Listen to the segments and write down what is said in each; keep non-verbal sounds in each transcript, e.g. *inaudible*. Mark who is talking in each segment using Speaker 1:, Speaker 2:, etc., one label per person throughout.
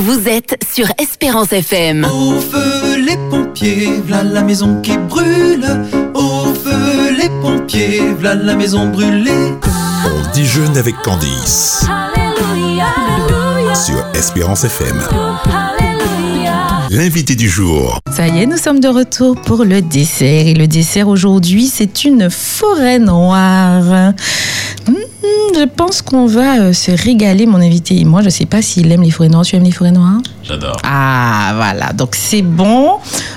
Speaker 1: Vous êtes sur Espérance FM.
Speaker 2: Au feu les pompiers, v'là la maison qui brûle. Au feu les pompiers, v'là la maison brûlée.
Speaker 3: On déjeune avec Candice sur Espérance FM. L'invité du jour.
Speaker 4: Ça y est, nous sommes de retour pour le dessert. Et le dessert aujourd'hui, c'est une forêt noire. Mmh, je pense qu'on va euh, se régaler, mon invité. et Moi, je sais pas s'il aime les forêts noires. Tu aimes les forêts noires
Speaker 5: J'adore.
Speaker 4: Ah, voilà. Donc, c'est bon.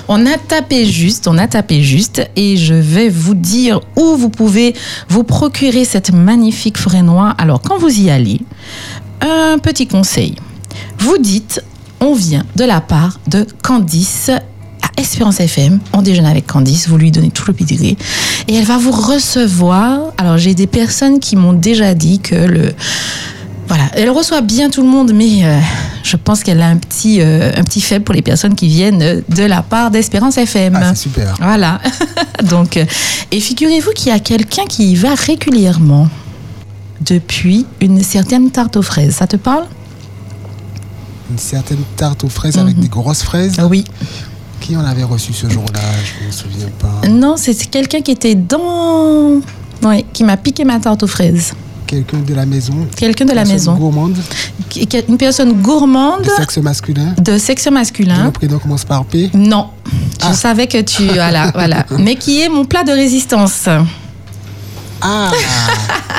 Speaker 4: On a tapé juste, on a tapé juste. Et je vais vous dire où vous pouvez vous procurer cette magnifique forêt noire. Alors, quand vous y allez, un petit conseil. Vous dites, on vient de la part de Candice à Espérance FM. On déjeune avec Candice, vous lui donnez tout le pedigree. Et elle va vous recevoir. Alors, j'ai des personnes qui m'ont déjà dit que le. Voilà, elle reçoit bien tout le monde, mais euh, je pense qu'elle a un petit, euh, un petit faible pour les personnes qui viennent euh, de la part d'Espérance FM.
Speaker 6: Ah, c'est super.
Speaker 4: Voilà. *laughs* Donc, euh, et figurez-vous qu'il y a quelqu'un qui y va régulièrement depuis une certaine tarte aux fraises. Ça te parle
Speaker 6: Une certaine tarte aux fraises
Speaker 4: Mhm.
Speaker 6: avec des grosses fraises.
Speaker 4: Oui.
Speaker 6: Qui en avait reçu ce jour-là Je ne me souviens pas.
Speaker 4: Non, c'est c'est quelqu'un qui était dans. Oui, qui m'a piqué ma tarte aux fraises.
Speaker 6: Quelqu'un de la maison.
Speaker 4: Quelqu'un de la
Speaker 6: Personne
Speaker 4: maison.
Speaker 6: Gourmande,
Speaker 4: Qui- qui- Une personne gourmande
Speaker 6: de sexe masculin.
Speaker 4: de sexe
Speaker 6: Le
Speaker 4: masculin.
Speaker 6: prénom commence par P.
Speaker 4: Non. Je savais que tu. Voilà, voilà. Mais qui est mon plat de résistance. *laughs*
Speaker 6: Ah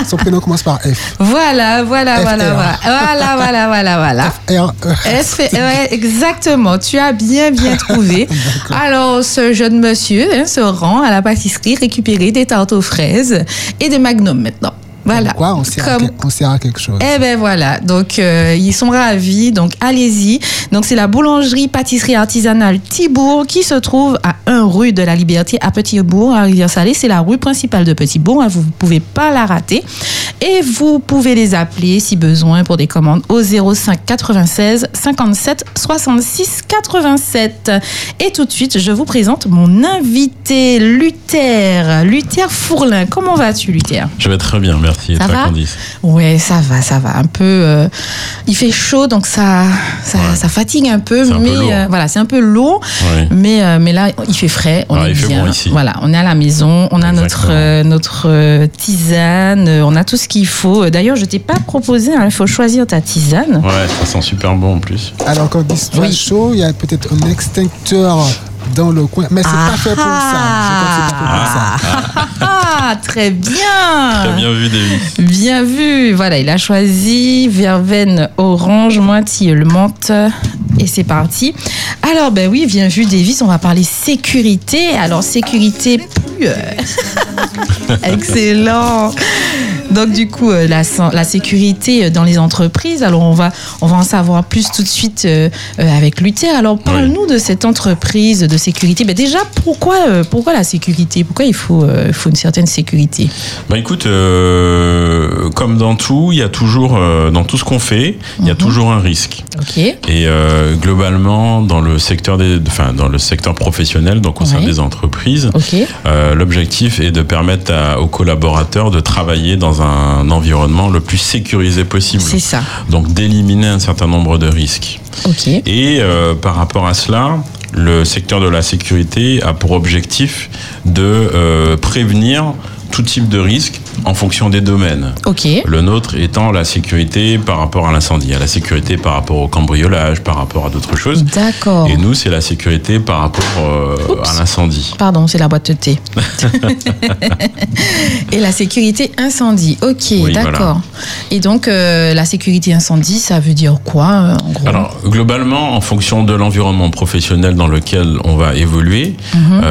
Speaker 6: Son prénom commence par F.
Speaker 4: Voilà, voilà,
Speaker 6: FR.
Speaker 4: voilà, voilà. Voilà, voilà, voilà, voilà.
Speaker 6: R. euh, *laughs*
Speaker 4: SP, ouais, exactement, tu as bien bien trouvé. Alors, ce jeune monsieur hein, se rend à la pâtisserie récupérer des tartes aux fraises et des magnums maintenant. Voilà.
Speaker 6: Comme quoi, on sert, à,
Speaker 4: Comme-
Speaker 6: quel- on sert à quelque chose.
Speaker 4: eh ben voilà, donc euh, ils sont ravis, donc allez-y. Donc c'est la boulangerie pâtisserie artisanale Thibourg qui se trouve à 1 rue de la Liberté à Petit-Bourg, à Rivière-Salée. C'est la rue principale de Petit-Bourg, hein, vous ne pouvez pas la rater. Et vous pouvez les appeler si besoin pour des commandes au 05 96 57 66 87. Et tout de suite, je vous présente mon invité, Luther. Luther Fourlin, comment vas-tu Luther
Speaker 5: Je vais très bien, merci. Et
Speaker 4: Ça
Speaker 5: toi,
Speaker 4: va
Speaker 5: Candice
Speaker 4: Ouais, ça va, ça va. Un peu, euh, il fait chaud, donc ça, ça,
Speaker 5: Ouais.
Speaker 4: ça fatigue un peu,
Speaker 5: C'est un peu
Speaker 4: mais
Speaker 5: lourd.
Speaker 4: euh, voilà, c'est un peu lourd.
Speaker 5: Oui.
Speaker 4: Mais, euh, mais là, il fait frais, on
Speaker 5: Ouais,
Speaker 4: est
Speaker 5: Ah, il fait
Speaker 4: bien.
Speaker 5: bon ici.
Speaker 4: Voilà, on est à la maison, on a notre,
Speaker 5: Exactement.
Speaker 4: euh, notre euh, tisane, euh, on a tout ce qu'il faut. D'ailleurs, je t'ai pas proposé, hein, il faut choisir ta tisane.
Speaker 5: Ouais, ça sent super bon en plus.
Speaker 6: Alors, quand il fait
Speaker 4: ben- Oui.
Speaker 6: chaud, il y a peut-être un extincteur dans le coin. Mais c'est pas fait pour ça. Je pense que c'est pas fait pour ça.
Speaker 4: Ah, très bien.
Speaker 5: Très bien vu, David.
Speaker 4: Bien vu. Voilà, il a choisi verveine orange, moitié menthe. Et c'est parti. Alors, ben oui, bien vu, Davis. On va parler sécurité. Alors, sécurité plus. *laughs* Excellent. Donc, du coup, euh, la, san- la sécurité euh, dans les entreprises. Alors, on va, on va en savoir plus tout de suite euh, euh, avec Luther. Alors, parle-nous de cette entreprise de sécurité. Ben, déjà, pourquoi, euh, pourquoi la sécurité Pourquoi il faut, euh, faut une certaine sécurité
Speaker 5: Bah écoute, euh, comme dans tout, il y a toujours, euh, dans tout ce qu'on fait, il
Speaker 4: Mhm.
Speaker 5: y a toujours un risque.
Speaker 4: Ok.
Speaker 5: Et euh, globalement, dans le secteur des, enfin dans le secteur professionnel, donc au sein
Speaker 4: Ouais.
Speaker 5: des entreprises,
Speaker 4: Ok.
Speaker 5: euh, l'objectif est de permettre à- aux collaborateurs de travailler dans un environnement le plus sécurisé possible.
Speaker 4: C'est ça.
Speaker 5: Donc d'éliminer un certain nombre de risques.
Speaker 4: Ok.
Speaker 5: Et euh, par rapport à cela, le secteur de la sécurité a pour objectif de euh, prévenir tout type de risque en fonction des domaines.
Speaker 4: Ok.
Speaker 5: Le nôtre étant la sécurité par rapport à l'incendie, à la sécurité par rapport au cambriolage, par rapport à d'autres choses.
Speaker 4: D'accord.
Speaker 5: Et nous, c'est la sécurité par rapport euh,
Speaker 4: Oh. Oups.
Speaker 5: à l'incendie.
Speaker 4: Pardon, c'est la boîte de
Speaker 5: *laughs*
Speaker 4: thé. et la sécurité incendie. Ok,
Speaker 5: Oui,
Speaker 4: d'accord.
Speaker 5: voilà.
Speaker 4: Et donc, euh, la sécurité incendie, ça veut dire quoi, euh, en gros
Speaker 5: Alors, globalement, en fonction de l'environnement professionnel dans lequel on va évoluer,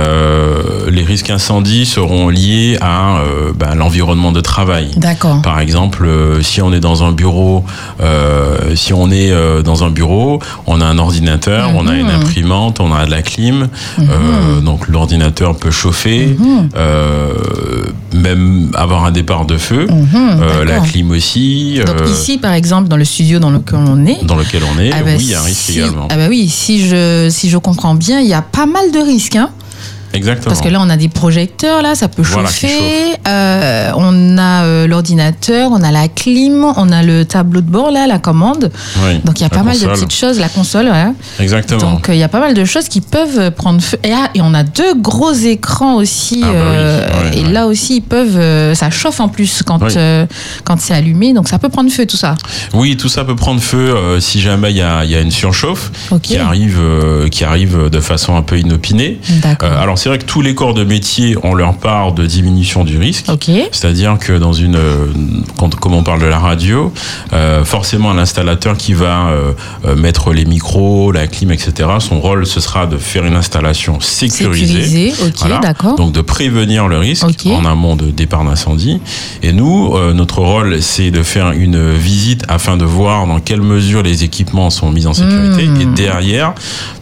Speaker 5: euh, les risques incendies seront liés à euh, ben, l'environnement de travail.
Speaker 4: D'accord.
Speaker 5: Par exemple, euh, si on est dans un bureau, euh, si on est euh, dans un bureau, on a un ordinateur, on a une
Speaker 4: Mhm.
Speaker 5: imprimante, on a de la clim, euh, donc l'ordinateur peut chauffer,
Speaker 4: Mhm.
Speaker 5: euh, même avoir un départ de feu, euh, la
Speaker 4: Mhm. d'accord.
Speaker 5: clim aussi,
Speaker 4: Donc,
Speaker 5: euh,
Speaker 4: ici, par exemple, dans le studio dans lequel on est.
Speaker 5: dans lequel on est,
Speaker 4: ah bah
Speaker 5: oui, il y a un risque
Speaker 4: si-
Speaker 5: également.
Speaker 4: Ah bah oui, si je, si je comprends bien, il y a pas mal de risques. hein.
Speaker 5: Exactement.
Speaker 4: Parce que là, on a des projecteurs, là, ça peut
Speaker 5: Voilà, qui
Speaker 4: chauffer. Euh, on a euh, l'ordinateur, on a la clim, on a le tableau de bord, là, la commande.
Speaker 5: Oui,
Speaker 4: Donc, il y a
Speaker 5: la
Speaker 4: pas mal de
Speaker 5: console.
Speaker 4: petites choses, la console, voilà.
Speaker 5: Exactement.
Speaker 4: Donc, euh, il y a pas mal de choses qui peuvent euh, prendre feu. Et, ah, et on a deux gros écrans aussi.
Speaker 5: Ah bah oui,
Speaker 4: euh,
Speaker 5: ouais,
Speaker 4: et
Speaker 5: ouais.
Speaker 4: là aussi, ils peuvent. euh, ça chauffe en plus quand,
Speaker 5: Oui.
Speaker 4: euh, quand c'est allumé. Donc, ça peut prendre feu, tout ça.
Speaker 5: Oui, tout ça peut prendre feu euh, si jamais il y a, il y a une surchauffe
Speaker 4: Ok.
Speaker 5: qui arrive, euh, qui arrive de façon un peu inopinée.
Speaker 4: D'accord.
Speaker 5: Euh, alors c'est vrai que tous les corps de métier ont leur part de diminution du risque.
Speaker 4: ok.
Speaker 5: C'est-à-dire que dans une, euh, quand, comme on parle de la radio, euh, forcément l'installateur qui va euh, euh, mettre les micros, la clim, etc. Son rôle ce sera de faire une installation sécurisée.
Speaker 4: Sécurisé. Ok,
Speaker 5: Voilà.
Speaker 4: d'accord.
Speaker 5: Donc de prévenir le risque
Speaker 4: Ok.
Speaker 5: en amont de départ d'incendie. Et nous, euh, notre rôle, c'est de faire une visite afin de voir dans quelle mesure les équipements sont mis en sécurité
Speaker 4: Mmh.
Speaker 5: et derrière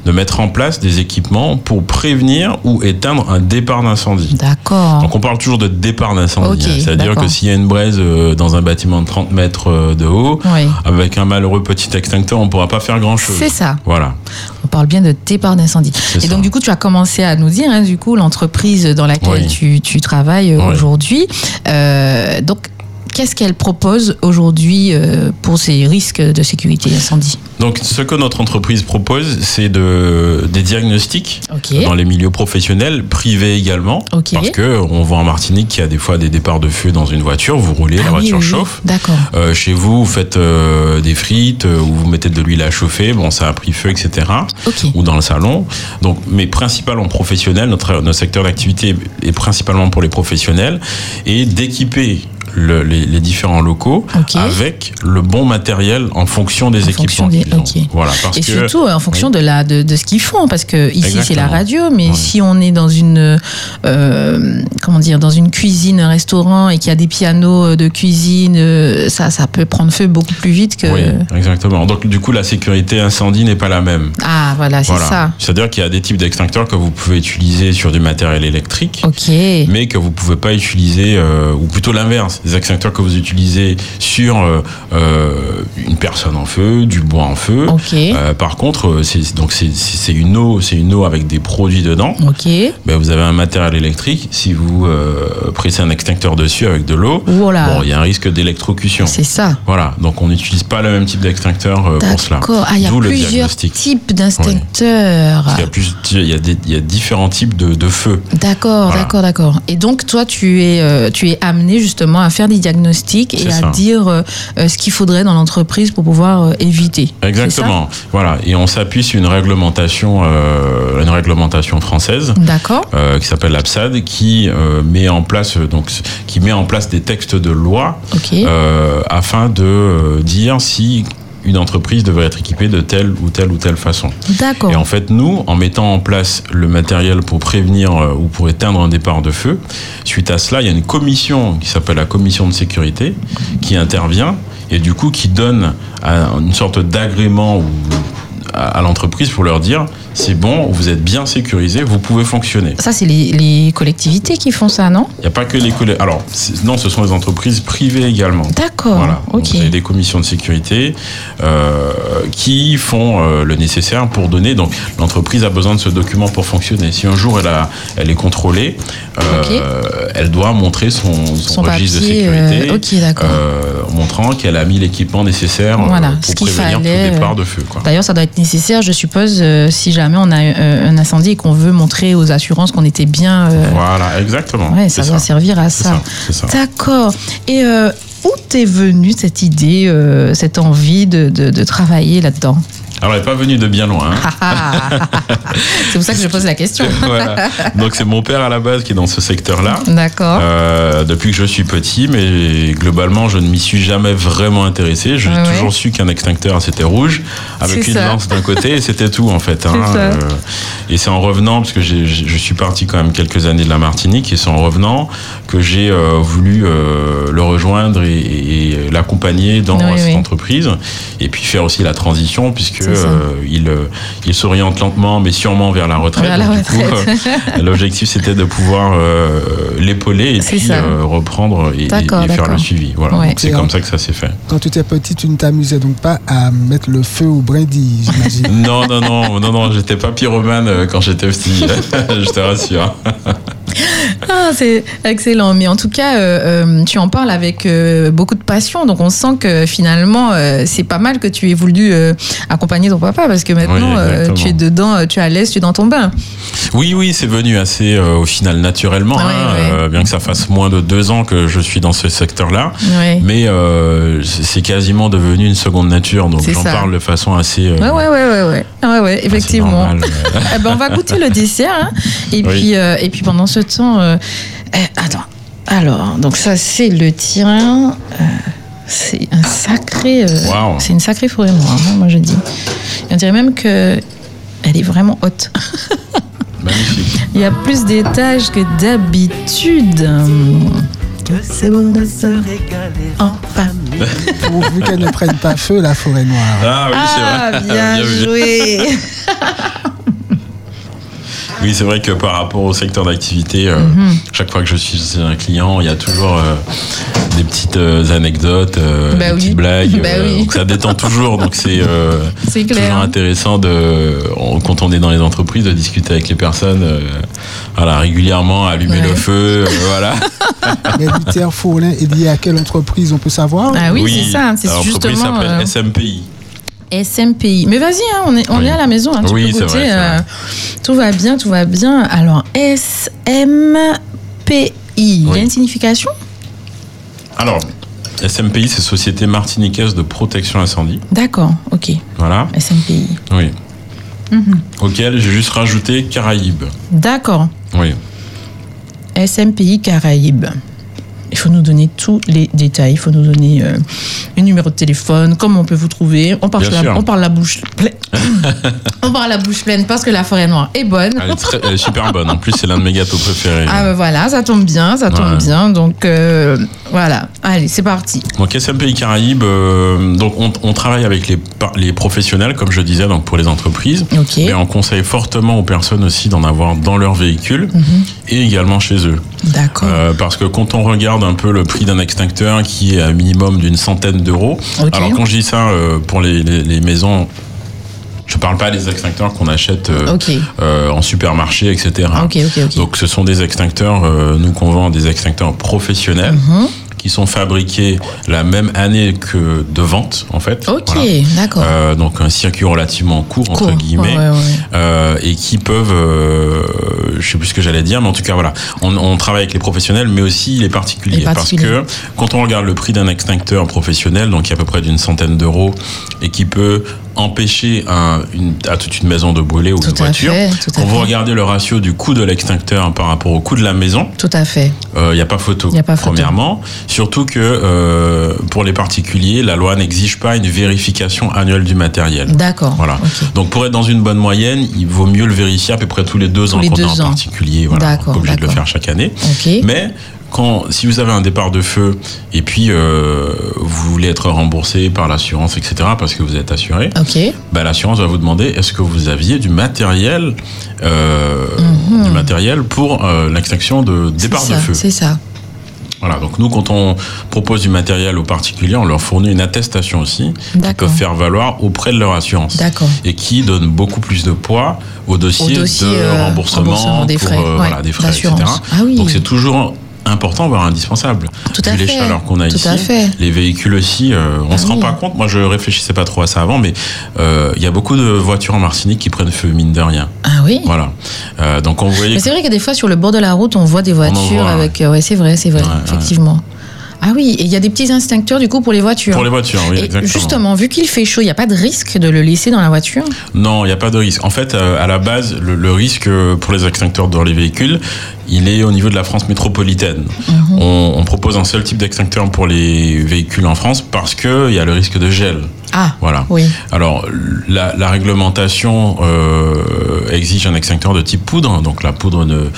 Speaker 5: de mettre en place des équipements pour prévenir ou éteindre un départ d'incendie.
Speaker 4: D'accord.
Speaker 5: Donc on parle toujours de départ d'incendie,
Speaker 4: Ah. Ok,
Speaker 5: hein. c'est-à-dire
Speaker 4: d'accord.
Speaker 5: que s'il y a une braise euh, dans un bâtiment de 30 mètres euh, de haut,
Speaker 4: Oui.
Speaker 5: avec un malheureux petit extincteur, on ne pourra pas faire grand-chose.
Speaker 4: C'est ça.
Speaker 5: Voilà.
Speaker 4: On parle bien de départ d'incendie. Et
Speaker 5: ça.
Speaker 4: donc, du coup, tu as commencé à nous dire, hein, du coup, l'entreprise dans laquelle
Speaker 5: Oui.
Speaker 4: tu, tu travailles euh,
Speaker 5: Oui.
Speaker 4: aujourd'hui. Euh, donc, qu'est-ce qu'elle propose aujourd'hui euh, pour ces risques de sécurité incendie
Speaker 5: Donc ce que notre entreprise propose, c'est de, des diagnostics
Speaker 4: Ok.
Speaker 5: dans les milieux professionnels, privés également.
Speaker 4: Ok.
Speaker 5: Parce que on voit en Martinique qu'il y a des fois des départs de feu dans une voiture, vous roulez, la
Speaker 4: Ah oui,
Speaker 5: voiture
Speaker 4: oui, oui.
Speaker 5: chauffe.
Speaker 4: D'accord.
Speaker 5: Euh, chez vous, vous faites euh, des frites euh, ou vous mettez de l'huile à chauffer, bon, ça a pris feu, etc.
Speaker 4: Ok.
Speaker 5: Ou dans le salon. Donc, mais principalement professionnel, notre, notre secteur d'activité est principalement pour les professionnels et d'équiper le- les, les différents locaux
Speaker 4: Ok.
Speaker 5: avec le bon matériel en fonction des
Speaker 4: En fonction
Speaker 5: équipements.
Speaker 4: des-
Speaker 5: qu'ils ont.
Speaker 4: ok.
Speaker 5: Voilà, parce
Speaker 4: Et
Speaker 5: que
Speaker 4: surtout euh, en fonction de la de, de ce qu'ils font parce que ici c'est la
Speaker 5: Exactement.
Speaker 4: radio mais
Speaker 5: Ouais.
Speaker 4: si on est dans une euh, comment dire dans une cuisine un restaurant et qu'il y a des pianos de cuisine euh, ça ça peut prendre feu beaucoup plus vite que
Speaker 5: Oui, exactement. Donc du coup, la sécurité incendie n'est pas la même.
Speaker 4: ah voilà c'est
Speaker 5: Voilà.
Speaker 4: ça
Speaker 5: C'est-à-dire qu'il y a des types d'extincteurs que vous pouvez utiliser sur du matériel électrique.
Speaker 4: ok
Speaker 5: Mais que vous pouvez pas utiliser, euh, ou plutôt l'inverse, des extincteurs que vous utilisez sur euh, euh, une personne en feu, du bois en feu.
Speaker 4: ok
Speaker 5: Euh, par contre, euh, c'est donc c'est- c'est c'est une eau, c'est une eau avec des produits dedans.
Speaker 4: ok
Speaker 5: Ben, vous avez un matériel électrique. Si vous euh, pressez un extincteur dessus avec de l'eau,
Speaker 4: voilà
Speaker 5: bon, il y a un risque d'électrocution.
Speaker 4: Ah. c'est ça
Speaker 5: Voilà, donc on n'utilise pas le même type d'extincteur euh, pour cela.
Speaker 4: d'accord ah il y a
Speaker 5: D'où le
Speaker 4: plusieurs
Speaker 5: diagnostic.
Speaker 4: types d'instincteurs
Speaker 5: Parce qu'il y a plus- il y a, des- il y a différents types de, de feux.
Speaker 4: D'accord,
Speaker 5: Voilà.
Speaker 4: d'accord, d'accord. Et donc toi, tu es, euh, tu es amené justement à faire des diagnostics et
Speaker 5: C'est
Speaker 4: à
Speaker 5: ça.
Speaker 4: dire euh, euh, ce qu'il faudrait dans l'entreprise pour pouvoir euh, éviter. C'est
Speaker 5: Exactement. Voilà, et on s'appuie sur une réglementation, euh, une réglementation française.
Speaker 4: ça D'accord.
Speaker 5: euh, qui s'appelle l'APSAD, qui euh, met en place euh, donc qui met en place des textes de loi
Speaker 4: Ok.
Speaker 5: euh, afin de euh, dire si une entreprise devrait être équipée de telle ou telle ou telle façon.
Speaker 4: d'accord.
Speaker 5: Et en fait, nous, en mettant en place le matériel pour prévenir euh, ou pour éteindre un départ de feu, suite à cela, il y a une commission qui s'appelle la commission de sécurité qui intervient et du coup qui donne à- une sorte d'agrément ou- à à l'entreprise pour leur dire c'est bon, vous êtes bien sécurisé, vous pouvez fonctionner.
Speaker 4: Ça, c'est les, les collectivités qui font ça, non
Speaker 5: Il n'y a pas que les collègues. Alors, c'est- non, ce sont les entreprises privées également.
Speaker 4: D'accord.
Speaker 5: Voilà. Donc,
Speaker 4: Ok.
Speaker 5: vous avez des commissions de sécurité euh, qui font euh, le nécessaire pour donner. Donc, l'entreprise a besoin de ce document pour fonctionner. Si un jour elle, a, elle est contrôlée, euh, elle doit montrer son, son
Speaker 4: Son
Speaker 5: registre
Speaker 4: papier,
Speaker 5: de sécurité.
Speaker 4: euh, ok, d'accord.
Speaker 5: euh, montrant qu'elle a mis l'équipement nécessaire euh,
Speaker 4: Voilà, ce
Speaker 5: pour
Speaker 4: qu'il
Speaker 5: prévenir
Speaker 4: fallait,
Speaker 5: tout
Speaker 4: euh,
Speaker 5: départ de feu. Quoi.
Speaker 4: D'ailleurs, ça doit être nécessaire, je suppose, euh, si jamais on a euh, un incendie et qu'on veut montrer aux assurances qu'on était bien. euh,
Speaker 5: Voilà, exactement.
Speaker 4: Ouais,
Speaker 5: C'est
Speaker 4: ça doit servir à
Speaker 5: C'est ça, c'est ça.
Speaker 4: D'accord. Et euh, où t'es venue cette idée, euh, cette envie de, de- de travailler là-dedans *laughs*
Speaker 5: Alors, elle n'est pas venue de bien loin. hein. *laughs*
Speaker 4: C'est pour ça que je pose la question.
Speaker 5: Voilà. Donc c'est mon père à la base qui est dans ce secteur-là.
Speaker 4: D'accord.
Speaker 5: Euh, depuis que je suis petit, mais globalement, je ne m'y suis jamais vraiment intéressé. J'ai
Speaker 4: Ouais, ouais.
Speaker 5: toujours su qu'un extincteur, c'était rouge, avec
Speaker 4: C'est
Speaker 5: une
Speaker 4: ça.
Speaker 5: lance d'un côté, et c'était tout en fait. hein.
Speaker 4: *laughs* C'est ça.
Speaker 5: Euh, et c'est en revenant, parce que j'ai- j'ai- je suis parti quand même quelques années de la Martinique, et c'est en revenant que j'ai euh, voulu euh, le rejoindre et, et- et l'accompagner dans
Speaker 4: Oui,
Speaker 5: euh, cette
Speaker 4: oui.
Speaker 5: entreprise, et puis faire aussi la transition, puisque
Speaker 4: C'est
Speaker 5: euh, il, euh, il s'oriente lentement, mais sûrement vers la retraite.
Speaker 4: Vers la
Speaker 5: Donc, du coup,
Speaker 4: retraite.
Speaker 5: euh, *laughs* L'objectif, c'était de pouvoir euh, l'épauler et
Speaker 4: C'est
Speaker 5: puis
Speaker 4: ça.
Speaker 5: euh, reprendre et, et-
Speaker 4: D'accord,
Speaker 5: et faire le
Speaker 4: d'accord.
Speaker 5: suivi. Voilà.
Speaker 4: Ouais.
Speaker 5: Donc, c'est
Speaker 6: Et
Speaker 5: comme
Speaker 6: en-
Speaker 5: ça que ça s'est fait.
Speaker 6: Quand tu étais petit, tu ne t'amusais donc pas à mettre le feu aux brindilles,
Speaker 4: *laughs*
Speaker 6: j'imagine.
Speaker 5: Non, non, non, non, non, j'étais pas pyromane euh, quand j'étais
Speaker 4: *laughs*
Speaker 5: petit. *laughs* je te rassure.
Speaker 4: Ah, c'est excellent. Mais en tout cas, euh, euh, tu en parles avec euh, beaucoup de passion. Donc, on sent que finalement, euh, c'est pas mal que tu aies voulu euh, accompagner ton papa parce que maintenant,
Speaker 5: Oui,
Speaker 4: euh,
Speaker 5: exactement.
Speaker 4: tu es dedans, euh, tu es à l'aise, tu es dans ton bain.
Speaker 5: Oui, oui, c'est venu assez euh, au final naturellement,
Speaker 4: Ouais,
Speaker 5: hein,
Speaker 4: ouais.
Speaker 5: euh, bien que ça fasse moins de deux ans que je suis dans ce secteur-là.
Speaker 4: Ouais.
Speaker 5: Mais euh, c'est c'est quasiment devenu une seconde nature, donc
Speaker 4: C'est
Speaker 5: j'en
Speaker 4: ça.
Speaker 5: parle de façon assez. euh,
Speaker 4: Ouais, ouais, ouais, ouais, ouais. Ah ouais, ouais,
Speaker 5: assez
Speaker 4: effectivement.
Speaker 5: normale.
Speaker 4: Eh ben, on va goûter le dessert. hein. Et,
Speaker 5: Oui.
Speaker 4: puis, euh, et puis pendant ce temps. euh, eh, attends. Alors, donc ça, c'est le tien. Euh, c'est un sacré. euh,
Speaker 5: Wow.
Speaker 4: C'est une sacrée forêt noire, hein, moi je dis. Et on dirait même que. Elle est vraiment haute.
Speaker 5: euh, *laughs* Magnifique.
Speaker 4: Il y a plus d'étages que d'habitude. Hum,
Speaker 7: C'est bon de se régaler
Speaker 4: En famille.
Speaker 6: Pourvu qu'elle ne prenne pas feu, la forêt noire.
Speaker 5: Ah oui,
Speaker 4: Ah,
Speaker 5: c'est vrai.
Speaker 4: bien
Speaker 5: *laughs* Bien vu.
Speaker 4: joué.
Speaker 5: *laughs* Oui, c'est vrai que par rapport au secteur d'activité, euh,
Speaker 4: Mhm.
Speaker 5: chaque fois que je suis chez un client, il y a toujours euh, des petites euh, anecdotes, euh,
Speaker 4: Bah
Speaker 5: des
Speaker 4: oui.
Speaker 5: petites blagues.
Speaker 4: *laughs* Bah oui.
Speaker 5: donc ça détend toujours. Donc c'est euh,
Speaker 4: C'est *laughs* clair.
Speaker 5: toujours intéressant de, on- quand on est dans les entreprises, de discuter avec les personnes, euh, voilà, régulièrement, allumer
Speaker 4: Ouais.
Speaker 5: le
Speaker 4: *laughs*
Speaker 5: feu, euh, voilà.
Speaker 6: Mais Luther Fourlin est lié à quelle entreprise, on peut savoir
Speaker 4: Ah oui, c'est ça. C'est
Speaker 5: l'entreprise
Speaker 4: justement.
Speaker 5: s'appelle
Speaker 4: euh,
Speaker 5: SMPI.
Speaker 4: SMPI. Mais vas-y, hein, on, est, on
Speaker 5: Oui.
Speaker 4: est à la maison, hein, tu
Speaker 5: Oui,
Speaker 4: peux
Speaker 5: c'est
Speaker 4: goûter.
Speaker 5: vrai, c'est
Speaker 4: euh,
Speaker 5: vrai.
Speaker 4: tout va bien, tout va bien. Alors, SMPI, il y a
Speaker 5: Oui.
Speaker 4: une signification
Speaker 5: Alors, SMPI, c'est Société Martiniquaise de Protection Incendie.
Speaker 4: D'accord, ok.
Speaker 5: Voilà.
Speaker 4: SMPI.
Speaker 5: Oui.
Speaker 4: Mhm.
Speaker 5: Auquel j'ai juste rajouté Caraïbes.
Speaker 4: D'accord,
Speaker 5: Oui.
Speaker 4: SMPI Caraïbes. Il faut nous donner tous les détails. Il faut nous donner euh, le numéro de téléphone, comment on peut vous trouver. On parle,
Speaker 5: Bien
Speaker 4: la,
Speaker 5: sûr.
Speaker 4: on parle la bouche
Speaker 5: *laughs*
Speaker 4: pleine. on parle la bouche pleine parce que la forêt noire est bonne.
Speaker 5: Elle est, très- elle est super bonne. En plus, c'est l'un de mes gâteaux préférés.
Speaker 4: Ah ben voilà, ça tombe bien, ça tombe
Speaker 5: Ouais.
Speaker 4: bien. Donc euh, voilà, allez, c'est parti.
Speaker 5: Donc SMPI Caraïbes, euh, donc on, on travaille avec les, par- les professionnels, comme je disais, donc pour les entreprises.
Speaker 4: Ok.
Speaker 5: Mais on conseille fortement aux personnes aussi d'en avoir dans leur véhicule
Speaker 4: Mhm.
Speaker 5: et également chez eux.
Speaker 4: D'accord.
Speaker 5: Euh, parce que quand on regarde un peu le prix d'un extincteur qui est à minimum d'une centaine d'euros,
Speaker 4: Ok.
Speaker 5: alors quand je dis ça euh, pour les, les- les maisons, je parle pas des extincteurs qu'on achète euh,
Speaker 4: Ok.
Speaker 5: euh, en supermarché, etc.
Speaker 4: Ok, ok, ok.
Speaker 5: Donc ce sont des extincteurs, euh, nous qu'on vend des extincteurs professionnels.
Speaker 4: Mhm. Mm.
Speaker 5: qui sont fabriqués la même année que de vente en fait.
Speaker 4: ok,
Speaker 5: Voilà.
Speaker 4: d'accord.
Speaker 5: Euh, donc un circuit relativement court entre
Speaker 4: Cool.
Speaker 5: guillemets
Speaker 4: Ouais, ouais, ouais.
Speaker 5: euh, et qui peuvent, euh, je sais plus ce que j'allais dire, mais en tout cas voilà, on, on travaille avec les professionnels, mais aussi les particuliers,
Speaker 4: Les particuliers.
Speaker 5: parce que quand on regarde le prix d'un extincteur professionnel, donc qui est à peu près d'une centaine d'euros, et qui peut empêcher un, une, à toute une maison de brûler ou
Speaker 4: Tout
Speaker 5: une
Speaker 4: à
Speaker 5: voiture,
Speaker 4: fait, tout à
Speaker 5: quand vous
Speaker 4: fait.
Speaker 5: regardez le ratio du coût de l'extincteur par rapport au coût de la maison,
Speaker 4: Tout à fait.
Speaker 5: il n'y a pas photo,
Speaker 4: Y a pas photo.
Speaker 5: premièrement. Surtout que euh, pour les particuliers, la loi n'exige pas une vérification annuelle du matériel.
Speaker 4: D'accord.
Speaker 5: Euh, Voilà.
Speaker 4: Ok.
Speaker 5: Donc pour être dans une bonne moyenne, il vaut mieux le vérifier à peu près tous les deux ans
Speaker 4: les
Speaker 5: qu'on est
Speaker 4: deux
Speaker 5: en
Speaker 4: ans.
Speaker 5: particulier. Voilà, on
Speaker 4: D'accord,
Speaker 5: est obligé de le
Speaker 4: d'accord.
Speaker 5: faire chaque année.
Speaker 4: Ok.
Speaker 5: Mais quand, si vous avez un départ de feu et puis euh, vous voulez être remboursé par l'assurance, etc., parce que vous êtes assuré,
Speaker 4: Ok.
Speaker 5: bah, l'assurance va vous demander est-ce que vous aviez du matériel, euh, du matériel pour euh, l'extinction de
Speaker 4: Mhm. C'est
Speaker 5: départ de
Speaker 4: ça,
Speaker 5: feu.
Speaker 4: C'est ça.
Speaker 5: Voilà, donc nous, quand on propose du matériel aux particuliers, on leur fournit une attestation aussi qu'ils
Speaker 4: D'accord.
Speaker 5: peuvent faire valoir auprès de leur assurance.
Speaker 4: D'accord.
Speaker 5: Et qui donne beaucoup plus de poids au dossier,
Speaker 4: Au dossier,
Speaker 5: de
Speaker 4: euh,
Speaker 5: remboursement,
Speaker 4: remboursement des
Speaker 5: pour,
Speaker 4: frais,
Speaker 5: euh,
Speaker 4: ouais,
Speaker 5: voilà, des frais, etc.
Speaker 4: d'assurance. Ah oui.
Speaker 5: Donc c'est toujours important, voire indispensable.
Speaker 4: Tout à
Speaker 5: Vu les
Speaker 4: fait,
Speaker 5: chaleurs qu'on a
Speaker 4: tout
Speaker 5: ici,
Speaker 4: à fait.
Speaker 5: les véhicules aussi, euh, on
Speaker 4: Ah
Speaker 5: se rend
Speaker 4: oui.
Speaker 5: pas compte. Moi, je réfléchissais pas trop à ça avant, mais euh, il y a beaucoup de voitures en Martinique qui prennent feu, mine de rien.
Speaker 4: Ah oui.
Speaker 5: Voilà. Euh, donc on voyait
Speaker 4: Mais c'est vrai que des fois sur le bord de la route, on voit des
Speaker 5: en
Speaker 4: voitures
Speaker 5: voit,
Speaker 4: avec. euh, Ouais, c'est vrai, c'est vrai,
Speaker 5: Ouais, ouais.
Speaker 4: effectivement. Ah oui, et il y a des petits instincteurs du coup pour les voitures.
Speaker 5: pour les voitures, oui,
Speaker 4: Et
Speaker 5: exactement.
Speaker 4: justement, vu qu'il fait chaud, il n'y a pas de risque de le laisser dans la voiture.
Speaker 5: Non, il n'y a pas de risque. En fait, euh, à la base, le, le risque euh, pour les extincteurs dans les véhicules, il est au niveau de la France métropolitaine.
Speaker 4: Mhm.
Speaker 5: On, on propose un seul type d'extincteur pour les véhicules en France parce qu'il y a le risque de gel.
Speaker 4: Ah,
Speaker 5: Voilà.
Speaker 4: oui.
Speaker 5: Alors, la, la réglementation euh, exige un extincteur de type poudre. Donc, la poudre de, euh,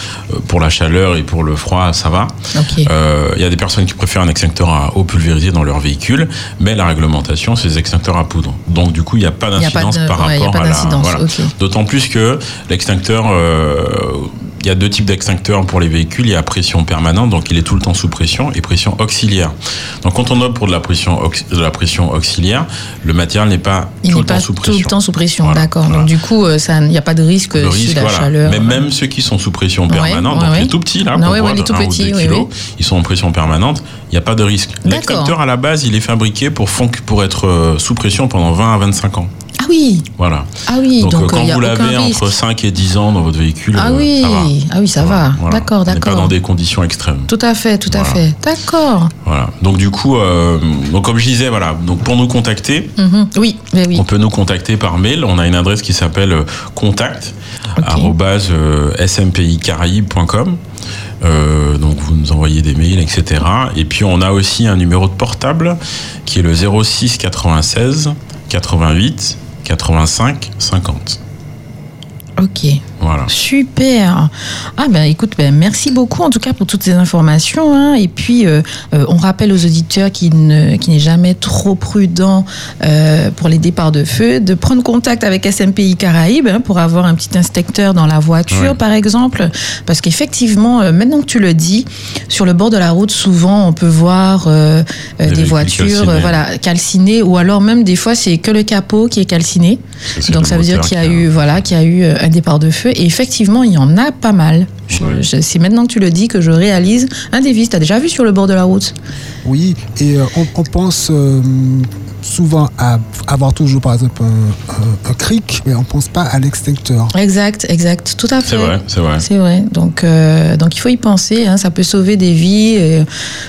Speaker 5: pour la chaleur et pour le froid, ça va.
Speaker 4: Ok.
Speaker 5: Euh, Il y a des personnes qui préfèrent un extincteur à eau pulvérisée dans leur véhicule, mais la réglementation, c'est des extincteurs à poudre. Donc, du coup, il n'y a pas
Speaker 4: Il n'y a pas
Speaker 5: d'incidence
Speaker 4: de-
Speaker 5: par
Speaker 4: ouais, il y a
Speaker 5: rapport
Speaker 4: pas
Speaker 5: à la.
Speaker 4: d'incidence, ok.
Speaker 5: D'autant plus que l'extincteur. euh, il y a deux types d'extincteurs pour les véhicules. Il y a pression permanente, donc il est tout le temps sous pression, et pression auxiliaire. Donc quand on opte pour de la pression, aux- de la pression auxiliaire, le matériel n'est pas
Speaker 4: Il
Speaker 5: tout
Speaker 4: n'est
Speaker 5: le
Speaker 4: pas
Speaker 5: temps sous
Speaker 4: tout
Speaker 5: pression.
Speaker 4: le temps sous pression,
Speaker 5: Voilà,
Speaker 4: d'accord.
Speaker 5: voilà.
Speaker 4: Donc du coup, euh, ça- il n'y a pas de risque,
Speaker 5: Le
Speaker 4: sur
Speaker 5: risque,
Speaker 4: la
Speaker 5: voilà.
Speaker 4: chaleur. euh.
Speaker 5: Mais même ceux qui sont sous pression
Speaker 4: Ouais,
Speaker 5: permanente,
Speaker 4: ouais,
Speaker 5: donc
Speaker 4: ouais.
Speaker 5: les tout petits là,
Speaker 4: Ouais,
Speaker 5: pour
Speaker 4: ouais,
Speaker 5: voir
Speaker 4: les
Speaker 5: de
Speaker 4: tout
Speaker 5: 1 ou
Speaker 4: petits,
Speaker 5: 2
Speaker 4: oui,
Speaker 5: kilos,
Speaker 4: oui.
Speaker 5: ils sont en pression permanente, il n'y a pas de risque.
Speaker 4: D'accord.
Speaker 5: L'extincteur à la base, il est fabriqué pour, fon- pour être euh, sous pression pendant 20 à 25 ans.
Speaker 4: Ah oui,
Speaker 5: Voilà.
Speaker 4: ah oui.
Speaker 5: donc euh,
Speaker 4: Donc, euh,
Speaker 5: quand
Speaker 4: il n'y a
Speaker 5: vous l'avez
Speaker 4: aucun risque.
Speaker 5: entre 5 et 10 ans dans votre véhicule,
Speaker 4: Ah
Speaker 5: euh,
Speaker 4: oui,
Speaker 5: ça va.
Speaker 4: ah oui, ça va.
Speaker 5: Voilà.
Speaker 4: D'accord,
Speaker 5: On n'est pas
Speaker 4: d'accord.
Speaker 5: dans des conditions extrêmes.
Speaker 4: Tout à fait, tout à
Speaker 5: Voilà.
Speaker 4: fait. D'accord.
Speaker 5: Voilà. Donc du coup, euh, donc comme je disais, voilà. Donc pour nous contacter,
Speaker 4: Mhm. Oui, mais oui.
Speaker 5: on peut nous contacter par mail. On a une adresse qui s'appelle euh, contact arobase, euh, smpicaraïbes.com. Euh, donc vous nous envoyez des mails, etc. Et puis on a aussi un numéro de portable qui est le 06 96 88 85 50.
Speaker 4: Ok.
Speaker 5: Voilà.
Speaker 4: Super. Ah ben écoute, ben, merci beaucoup en tout cas pour toutes ces informations. hein. Et puis euh, euh, on rappelle aux auditeurs qui ne qui n'est jamais trop prudent euh, pour les départs de feu de prendre contact avec SMPI Caraïbes hein, pour avoir un petit inspecteur dans la voiture
Speaker 5: Ouais.
Speaker 4: par exemple, parce qu'effectivement euh, maintenant que tu le dis, sur le bord de la route souvent on peut voir euh, euh,
Speaker 5: Des
Speaker 4: des
Speaker 5: véhicules
Speaker 4: voitures euh,
Speaker 5: calcinés.
Speaker 4: voilà calcinées ou alors même des fois c'est que le capot qui est calciné.
Speaker 5: c'est
Speaker 4: Donc
Speaker 5: le
Speaker 4: ça veut dire
Speaker 5: moteur
Speaker 4: qu'il y a
Speaker 5: qui a-
Speaker 4: eu voilà, qu'il y a eu euh, un départ de feu. Et effectivement, il y en a pas mal. Je-
Speaker 5: Ouais.
Speaker 4: je- C'est maintenant que tu le dis que je réalise. Un Davis, t'as déjà vu sur le bord de la route
Speaker 6: Oui, et euh, on, on pense euh, souvent à avoir toujours, par exemple, un, un- un cric, mais on pense pas à l'extincteur.
Speaker 4: Exact, exact, tout à fait.
Speaker 5: C'est vrai, c'est vrai.
Speaker 4: C'est vrai. Donc, euh, donc il faut y penser. hein. Ça peut sauver des vies euh,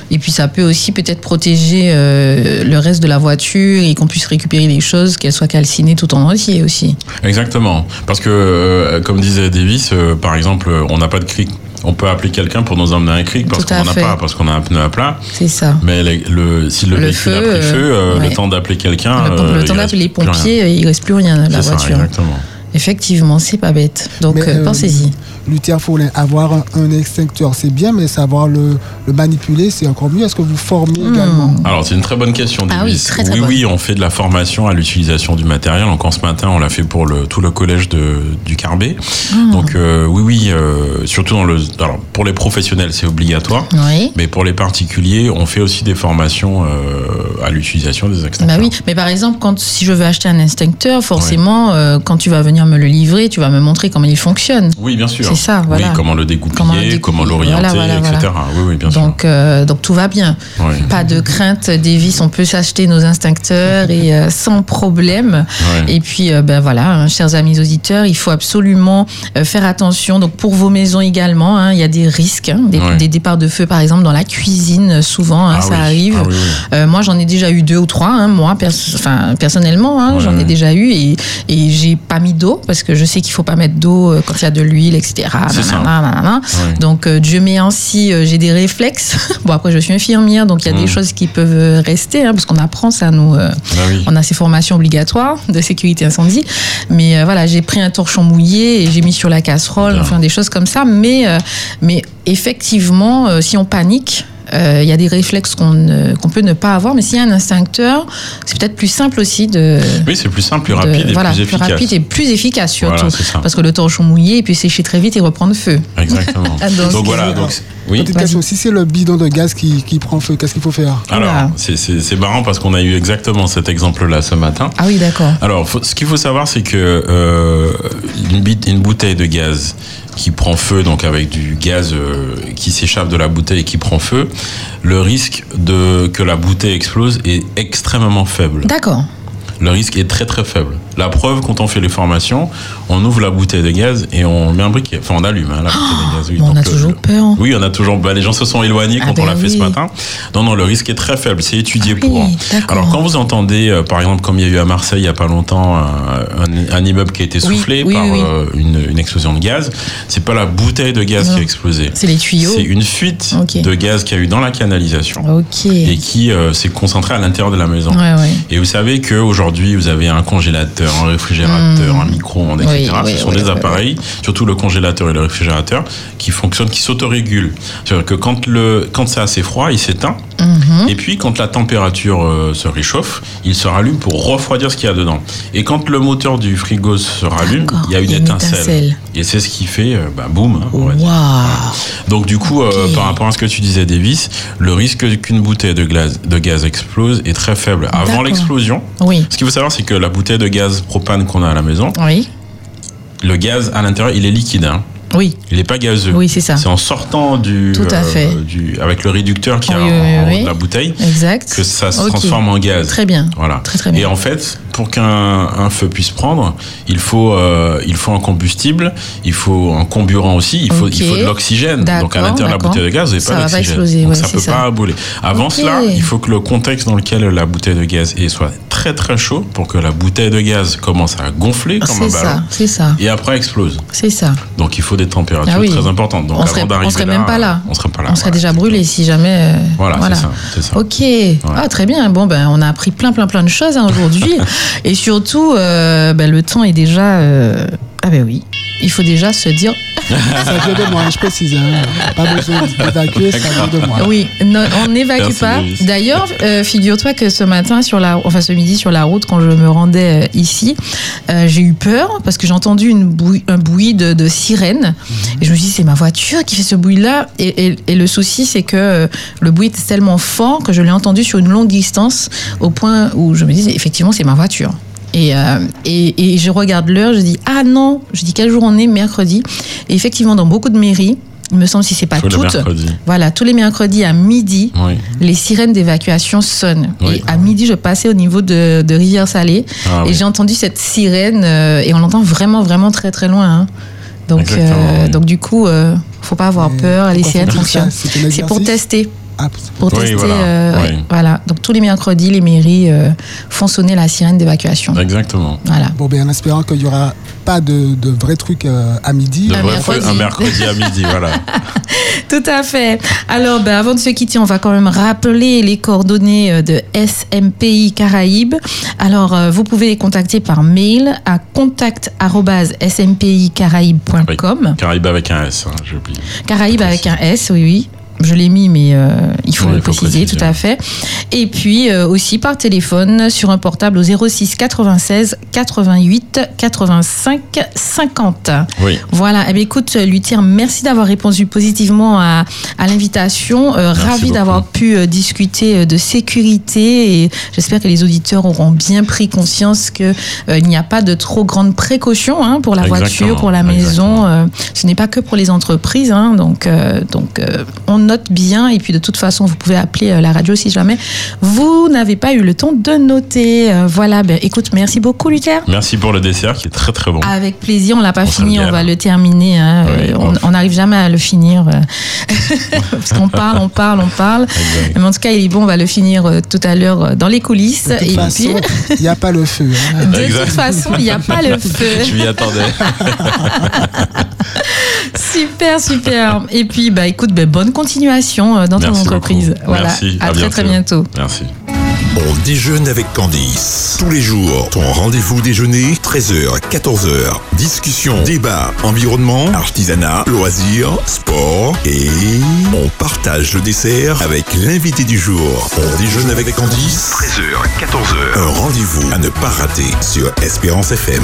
Speaker 4: et, puis ça peut aussi peut-être protéger euh, le reste de la voiture et qu'on puisse récupérer les choses, qu'elles soient calcinées tout en entier aussi.
Speaker 5: Exactement. Parce que, euh, comme disait Davis, euh, par exemple, euh, on n'a pas de cric. On peut appeler quelqu'un pour nous emmener un cric parce
Speaker 4: Tout à
Speaker 5: qu'on n'en a
Speaker 4: fait.
Speaker 5: pas, parce qu'on a un pneu à plat.
Speaker 4: C'est ça.
Speaker 5: Mais les- le, si le,
Speaker 4: Le
Speaker 5: véhicule
Speaker 4: feu,
Speaker 5: a pris
Speaker 4: euh,
Speaker 5: feu, euh,
Speaker 4: ouais.
Speaker 5: le temps d'appeler quelqu'un.
Speaker 4: Le,
Speaker 5: euh,
Speaker 4: le
Speaker 5: il
Speaker 4: temps
Speaker 5: reste
Speaker 4: d'appeler les
Speaker 5: plus rien.
Speaker 4: pompiers, euh, il reste plus rien à la
Speaker 5: C'est ça,
Speaker 4: voiture.
Speaker 5: exactement.
Speaker 4: Effectivement, c'est pas bête. Donc
Speaker 6: Mais,
Speaker 4: euh,
Speaker 6: euh,
Speaker 4: pensez-y.
Speaker 6: Luther Follin, avoir un, un extincteur, c'est bien, mais savoir le, le manipuler, c'est encore mieux. Est-ce que vous formez
Speaker 4: Hmm.
Speaker 6: également
Speaker 5: Alors, c'est une très bonne question,
Speaker 4: Ah
Speaker 5: Davis.
Speaker 4: oui, très, très
Speaker 5: oui,
Speaker 4: bonne.
Speaker 5: oui, on fait de la formation à l'utilisation du matériel. Encore ce matin, on l'a fait pour le, tout le collège de, du Carbet.
Speaker 4: Ah.
Speaker 5: Donc, euh, oui, oui, euh, surtout dans le. Alors, pour les professionnels, c'est obligatoire.
Speaker 4: Oui.
Speaker 5: Mais pour les particuliers, on fait aussi des formations euh, à l'utilisation des
Speaker 4: Bah
Speaker 5: extincteurs.
Speaker 4: oui, mais par exemple, quand si je veux acheter un instincteur, forcément, euh, quand tu vas venir me le livrer, tu vas me montrer comment il fonctionne.
Speaker 5: Oui, bien sûr.
Speaker 4: C'est ça, voilà.
Speaker 5: Oui, comment le découpiller,
Speaker 4: Comment
Speaker 5: comment,
Speaker 4: le découper,
Speaker 5: l'orienter,
Speaker 4: voilà, voilà,
Speaker 5: etc. Oui, oui, bien
Speaker 4: Donc, euh, donc tout va bien.
Speaker 5: sûr. Oui,
Speaker 4: Pas de crainte, Davis, on peut s'acheter nos instincteurs et euh, sans problème.
Speaker 5: oui.
Speaker 4: Et puis, euh, ben voilà, hein, chers amis auditeurs, il faut absolument euh, faire attention. Donc, pour vos maisons également, hein, il y a des risques, hein, des,
Speaker 5: Ouais.
Speaker 4: des départs de feu, par exemple, dans la cuisine, euh, souvent, hein,
Speaker 5: Ah
Speaker 4: ça
Speaker 5: oui,
Speaker 4: arrive.
Speaker 5: ah oui, oui.
Speaker 4: Euh, moi, j'en ai déjà eu deux ou trois. Hein, moi, perso- enfin, personnellement, hein,
Speaker 5: Ouais,
Speaker 4: j'en ai
Speaker 5: ouais.
Speaker 4: déjà eu et, et j'ai pas mis d'eau parce que je sais qu'il faut pas mettre d'eau euh, quand il y a de l'huile, etc.
Speaker 5: C'est ça.
Speaker 4: Nanana, nanana.
Speaker 5: Ouais.
Speaker 4: Donc, euh, Dieu merci, euh, j'ai des réflexes. *laughs* bon, après, je suis infirmière, donc il y a des
Speaker 5: Mm.
Speaker 4: choses qui peuvent euh, rester hein, parce qu'on apprend ça, nous. euh,
Speaker 5: Bah oui.
Speaker 4: on a ces formations obligatoires de sécurité incendie. Mais euh, voilà, j'ai pris un torchon mouillé et j'ai mis sur la casserole,
Speaker 5: Bien.
Speaker 4: enfin des choses comme ça. Mais, euh, mais effectivement, euh, si on panique, euh, il y a des réflexes qu'on ne- qu'on peut ne pas avoir. Mais s'il y a un instincteur, c'est peut-être plus simple aussi de.
Speaker 5: Oui, c'est plus simple, plus
Speaker 4: de-
Speaker 5: rapide et
Speaker 4: voilà,
Speaker 5: plus efficace.
Speaker 4: rapide et plus efficace surtout.
Speaker 5: Voilà, c'est ça.
Speaker 4: parce que le torchon mouillé, il peut sécher très vite et reprendre feu.
Speaker 5: Exactement.
Speaker 4: Ah, *laughs* donc,
Speaker 5: donc, voilà.
Speaker 6: excusez-moi.
Speaker 5: Donc, c'est- oui.
Speaker 6: Petite
Speaker 4: Vas-y.
Speaker 6: question, si c'est le bidon de gaz qui, qui prend feu, qu'est-ce qu'il faut faire
Speaker 4: Voilà.
Speaker 5: Alors, c'est- c'est c'est marrant parce qu'on a eu exactement cet exemple-là ce matin.
Speaker 4: Ah oui, d'accord.
Speaker 5: Alors, faut- ce qu'il faut savoir, c'est que euh, une, bit- une bouteille de gaz qui prend feu, donc avec du gaz euh, qui s'échappe de la bouteille et qui prend feu, le risque de que la bouteille explose est extrêmement faible.
Speaker 4: D'accord.
Speaker 5: Le risque est très très faible. La preuve, quand on fait les formations, on ouvre la bouteille de gaz et on met un briquet. Enfin, on allume hein, la bouteille de gaz. oui.
Speaker 4: mais *gasps* on a
Speaker 5: euh,
Speaker 4: toujours peur, hein.
Speaker 5: Oui, on a toujours. bah, les gens se sont éloignés
Speaker 4: Ah
Speaker 5: quand
Speaker 4: ben
Speaker 5: on l'a fait ce
Speaker 4: oui.
Speaker 5: matin. Non, non, le risque est très faible. C'est étudié
Speaker 4: Ah
Speaker 5: pour.
Speaker 4: oui, d'accord.
Speaker 5: Alors, quand vous entendez, euh, par exemple, comme il y a eu à Marseille il n'y a pas longtemps, euh, un, un- un immeuble qui a été
Speaker 4: Oui,
Speaker 5: soufflé
Speaker 4: oui,
Speaker 5: par
Speaker 4: oui, oui.
Speaker 5: euh, une, une explosion de gaz, c'est pas la bouteille de gaz
Speaker 4: Non.
Speaker 5: qui a explosé.
Speaker 4: C'est les tuyaux.
Speaker 5: C'est une fuite
Speaker 4: Ok.
Speaker 5: de gaz qu'il y a eu dans la canalisation
Speaker 4: Ok.
Speaker 5: et qui euh, s'est concentrée à l'intérieur de la maison.
Speaker 4: Ouais, ouais.
Speaker 5: Et vous savez qu'aujourd'hui, vous avez un congélateur, un réfrigérateur,
Speaker 4: Mmh.
Speaker 5: un micro-ondes,
Speaker 4: Oui,
Speaker 5: etc.
Speaker 4: oui,
Speaker 5: Ce sont
Speaker 4: oui,
Speaker 5: des
Speaker 4: oui,
Speaker 5: appareils, surtout le congélateur et le réfrigérateur, qui fonctionnent, qui s'autorégulent. C'est-à-dire que quand, le, quand c'est assez froid, il s'éteint.
Speaker 4: Mhm.
Speaker 5: Et puis, quand la température euh, se réchauffe, il se rallume pour refroidir ce qu'il y a dedans. Et quand le moteur du frigo se rallume,
Speaker 4: D'accord,
Speaker 5: Ah il y a une, étincelle.
Speaker 4: étincelle.
Speaker 5: Et c'est ce qui fait, euh, bah, boum, hein, on va dire.
Speaker 4: Waouh.
Speaker 5: Donc du coup, euh,
Speaker 4: Ok.
Speaker 5: par rapport à ce que tu disais, Davis, le risque qu'une bouteille de, glace, de gaz explose est très faible. Avant
Speaker 4: D'accord.
Speaker 5: l'explosion,
Speaker 4: Oui.
Speaker 5: ce qu'il faut savoir, c'est que la bouteille de gaz propane qu'on a à la maison,
Speaker 4: Oui.
Speaker 5: le gaz à l'intérieur, il est liquide. hein.
Speaker 4: Oui.
Speaker 5: Il n'est pas gazeux.
Speaker 4: Oui, c'est ça.
Speaker 5: C'est en sortant du, euh,
Speaker 4: Tout à fait.
Speaker 5: du- avec le réducteur qui a
Speaker 4: Oui,
Speaker 5: en-
Speaker 4: oui,
Speaker 5: en haut
Speaker 4: oui.
Speaker 5: de la bouteille
Speaker 4: Exact.
Speaker 5: que ça se
Speaker 4: Ok.
Speaker 5: transforme en gaz.
Speaker 4: Très bien.
Speaker 5: Voilà.
Speaker 4: Très, très bien.
Speaker 5: Et en fait, pour qu'un un feu puisse prendre, il faut euh, il faut un combustible, il faut un comburant aussi, il faut
Speaker 4: Ok.
Speaker 5: il faut de l'oxygène. Donc à
Speaker 4: D'accord,
Speaker 5: l'intérieur de la
Speaker 4: d'accord.
Speaker 5: bouteille de gaz, vous n'avez
Speaker 4: Ça
Speaker 5: pas
Speaker 4: va pas
Speaker 5: d'oxygène.
Speaker 4: exploser,
Speaker 5: Donc
Speaker 4: ouais,
Speaker 5: ça
Speaker 4: c'est
Speaker 5: peut
Speaker 4: ça.
Speaker 5: pas abouler. Avant
Speaker 4: Ok.
Speaker 5: cela, il faut que le contexte dans lequel la bouteille de gaz est soit très très chaud pour que la bouteille de gaz commence à gonfler comme un
Speaker 4: C'est
Speaker 5: ballon
Speaker 4: ça. C'est ça.
Speaker 5: et après explose.
Speaker 4: C'est ça.
Speaker 5: Donc il faut des températures
Speaker 4: Ah oui.
Speaker 5: très importantes. Donc
Speaker 4: On
Speaker 5: avant
Speaker 4: serait- on
Speaker 5: d'arriver
Speaker 4: serait même pas là.
Speaker 5: On serait pas là.
Speaker 4: On serait
Speaker 5: voilà.
Speaker 4: déjà brûlé si jamais. euh,
Speaker 5: Voilà, c'est ça, c'est ça.
Speaker 4: Ok. Ah, très bien. Bon, ben, on a appris plein, plein, plein de choses hein,
Speaker 5: *laughs*
Speaker 4: aujourd'hui. Et surtout, euh, ben, le temps est déjà. euh, Ah, ben oui. Il faut déjà se dire.
Speaker 6: Ça vient de moi, je précise. hein. Pas besoin d'évacuer, ça vient de moi.
Speaker 4: Oui, non, on n'évacue
Speaker 5: Merci,
Speaker 4: pas.
Speaker 5: Davis.
Speaker 4: D'ailleurs, euh, figure-toi que ce matin, sur la, enfin ce midi, sur la route, quand je me rendais euh, ici, euh, j'ai eu peur parce que j'ai entendu une bouille- un bruit de, de sirène. Et je me suis dit, c'est ma voiture qui fait ce bruit-là. Et, et- et le souci, c'est que euh, le bruit était tellement fort que je l'ai entendu sur une longue distance au point où je me dis, effectivement, c'est ma voiture. Et, euh, et, et je regarde l'heure, je dis ah non, je dis quel jour on est mercredi. Et effectivement, dans beaucoup de mairies, il me semble si c'est pas
Speaker 5: Tous les
Speaker 4: toutes,
Speaker 5: mercredis.
Speaker 4: voilà, tous les mercredis à midi,
Speaker 5: Oui.
Speaker 4: les sirènes d'évacuation sonnent.
Speaker 5: Mhm. Oui.
Speaker 4: Et à midi, je passais au niveau de, de Rivière-Salée
Speaker 5: Ah
Speaker 4: et
Speaker 5: oui.
Speaker 4: j'ai entendu cette sirène euh, et on l'entend vraiment, vraiment très très loin. hein. Donc,
Speaker 5: Exactement,
Speaker 4: euh,
Speaker 5: oui.
Speaker 4: donc du coup, euh, faut pas avoir
Speaker 6: Mais
Speaker 4: peur, les
Speaker 6: pourquoi
Speaker 4: sirènes
Speaker 6: faut dire ça
Speaker 4: fonctionnent.
Speaker 6: C'est un
Speaker 4: C'est pour
Speaker 6: exercice
Speaker 4: tester,
Speaker 6: Ah, c'est
Speaker 4: pour
Speaker 5: Oui,
Speaker 4: tester.
Speaker 5: voilà,
Speaker 4: euh, ouais,
Speaker 5: oui.
Speaker 4: voilà. Donc tous les mercredis, les mairies euh, font sonner la sirène d'évacuation.
Speaker 5: Exactement.
Speaker 4: Voilà.
Speaker 6: Bon, ben, en espérant qu'il n'y aura pas de, de vrais trucs euh, à midi.
Speaker 5: De
Speaker 4: Un
Speaker 5: vrai feu, un mercredi
Speaker 4: mercredi. *laughs*
Speaker 5: à midi, voilà.
Speaker 4: Tout à fait. Alors, ben, avant de se quitter, on va quand même rappeler les coordonnées euh, de SMPI Caraïbes. Alors, euh, vous pouvez les contacter par mail à contact@smpicaraïbes.com.
Speaker 5: Caraïbes avec un S, hein, j'ai oublié.
Speaker 4: Caraïbes avec un S, oui, oui. Je l'ai mis, mais euh, il faut
Speaker 5: Oui,
Speaker 4: le
Speaker 5: il faut
Speaker 4: préciser,
Speaker 5: préciser.
Speaker 4: tout à fait. Et puis euh, aussi par téléphone sur un portable au 06 96 88 85 50.
Speaker 5: Oui.
Speaker 4: Voilà, eh bien, écoute, Luthier, merci d'avoir répondu positivement à, à l'invitation. Euh,
Speaker 5: Merci
Speaker 4: ravi
Speaker 5: beaucoup.
Speaker 4: d'avoir pu euh, discuter euh, de sécurité et j'espère que les auditeurs auront bien pris conscience qu'il n'y a pas de trop grande précaution hein, pour la
Speaker 5: Exactement,
Speaker 4: voiture, pour la maison.
Speaker 5: exactement.
Speaker 4: Euh, ce n'est pas que pour les entreprises. hein, donc, euh, donc euh, on note bien et puis de toute façon, vous pouvez appeler euh, la radio si jamais vous n'avez pas eu le temps de noter. Euh, voilà, ben, écoute, merci beaucoup, Luthier.
Speaker 5: Merci pour le dessert qui est très très bon.
Speaker 4: Avec plaisir, on l'a pas
Speaker 5: On se
Speaker 4: fini, on
Speaker 5: régale.
Speaker 4: va le terminer. hein.
Speaker 5: Oui,
Speaker 4: Euh,
Speaker 5: bon.
Speaker 4: on- on n'arrive jamais à le finir. euh, *laughs* Parce qu'on parle, on parle, on parle.
Speaker 5: Exact.
Speaker 4: Mais en tout cas, il est bon, on va le finir euh, tout à l'heure euh, dans les coulisses.
Speaker 6: De toute
Speaker 4: Et
Speaker 6: façon,
Speaker 4: puis,
Speaker 6: il n'y a pas le feu. hein.
Speaker 4: de
Speaker 5: Exact.
Speaker 4: toute façon, il n'y a pas
Speaker 5: *laughs*
Speaker 4: le *laughs*
Speaker 5: Je
Speaker 4: feu.
Speaker 5: m'y attendais.
Speaker 4: Super, super. Et puis, bah, écoute, bah, bonne continuation euh, dans
Speaker 5: Merci
Speaker 4: ton
Speaker 5: beaucoup.
Speaker 4: entreprise. Voilà.
Speaker 5: Merci,
Speaker 4: à,
Speaker 5: à
Speaker 4: très, très
Speaker 5: bientôt.
Speaker 4: bientôt.
Speaker 5: Merci.
Speaker 3: On déjeune avec Candice. Tous les jours, ton rendez-vous déjeuner, 13h, 14h. Discussion, débat, environnement, artisanat, loisirs, sport. Et on partage le dessert avec l'invité du jour. On déjeune avec Candice. 13h, 14h. Un rendez-vous à ne pas rater sur Espérance FM.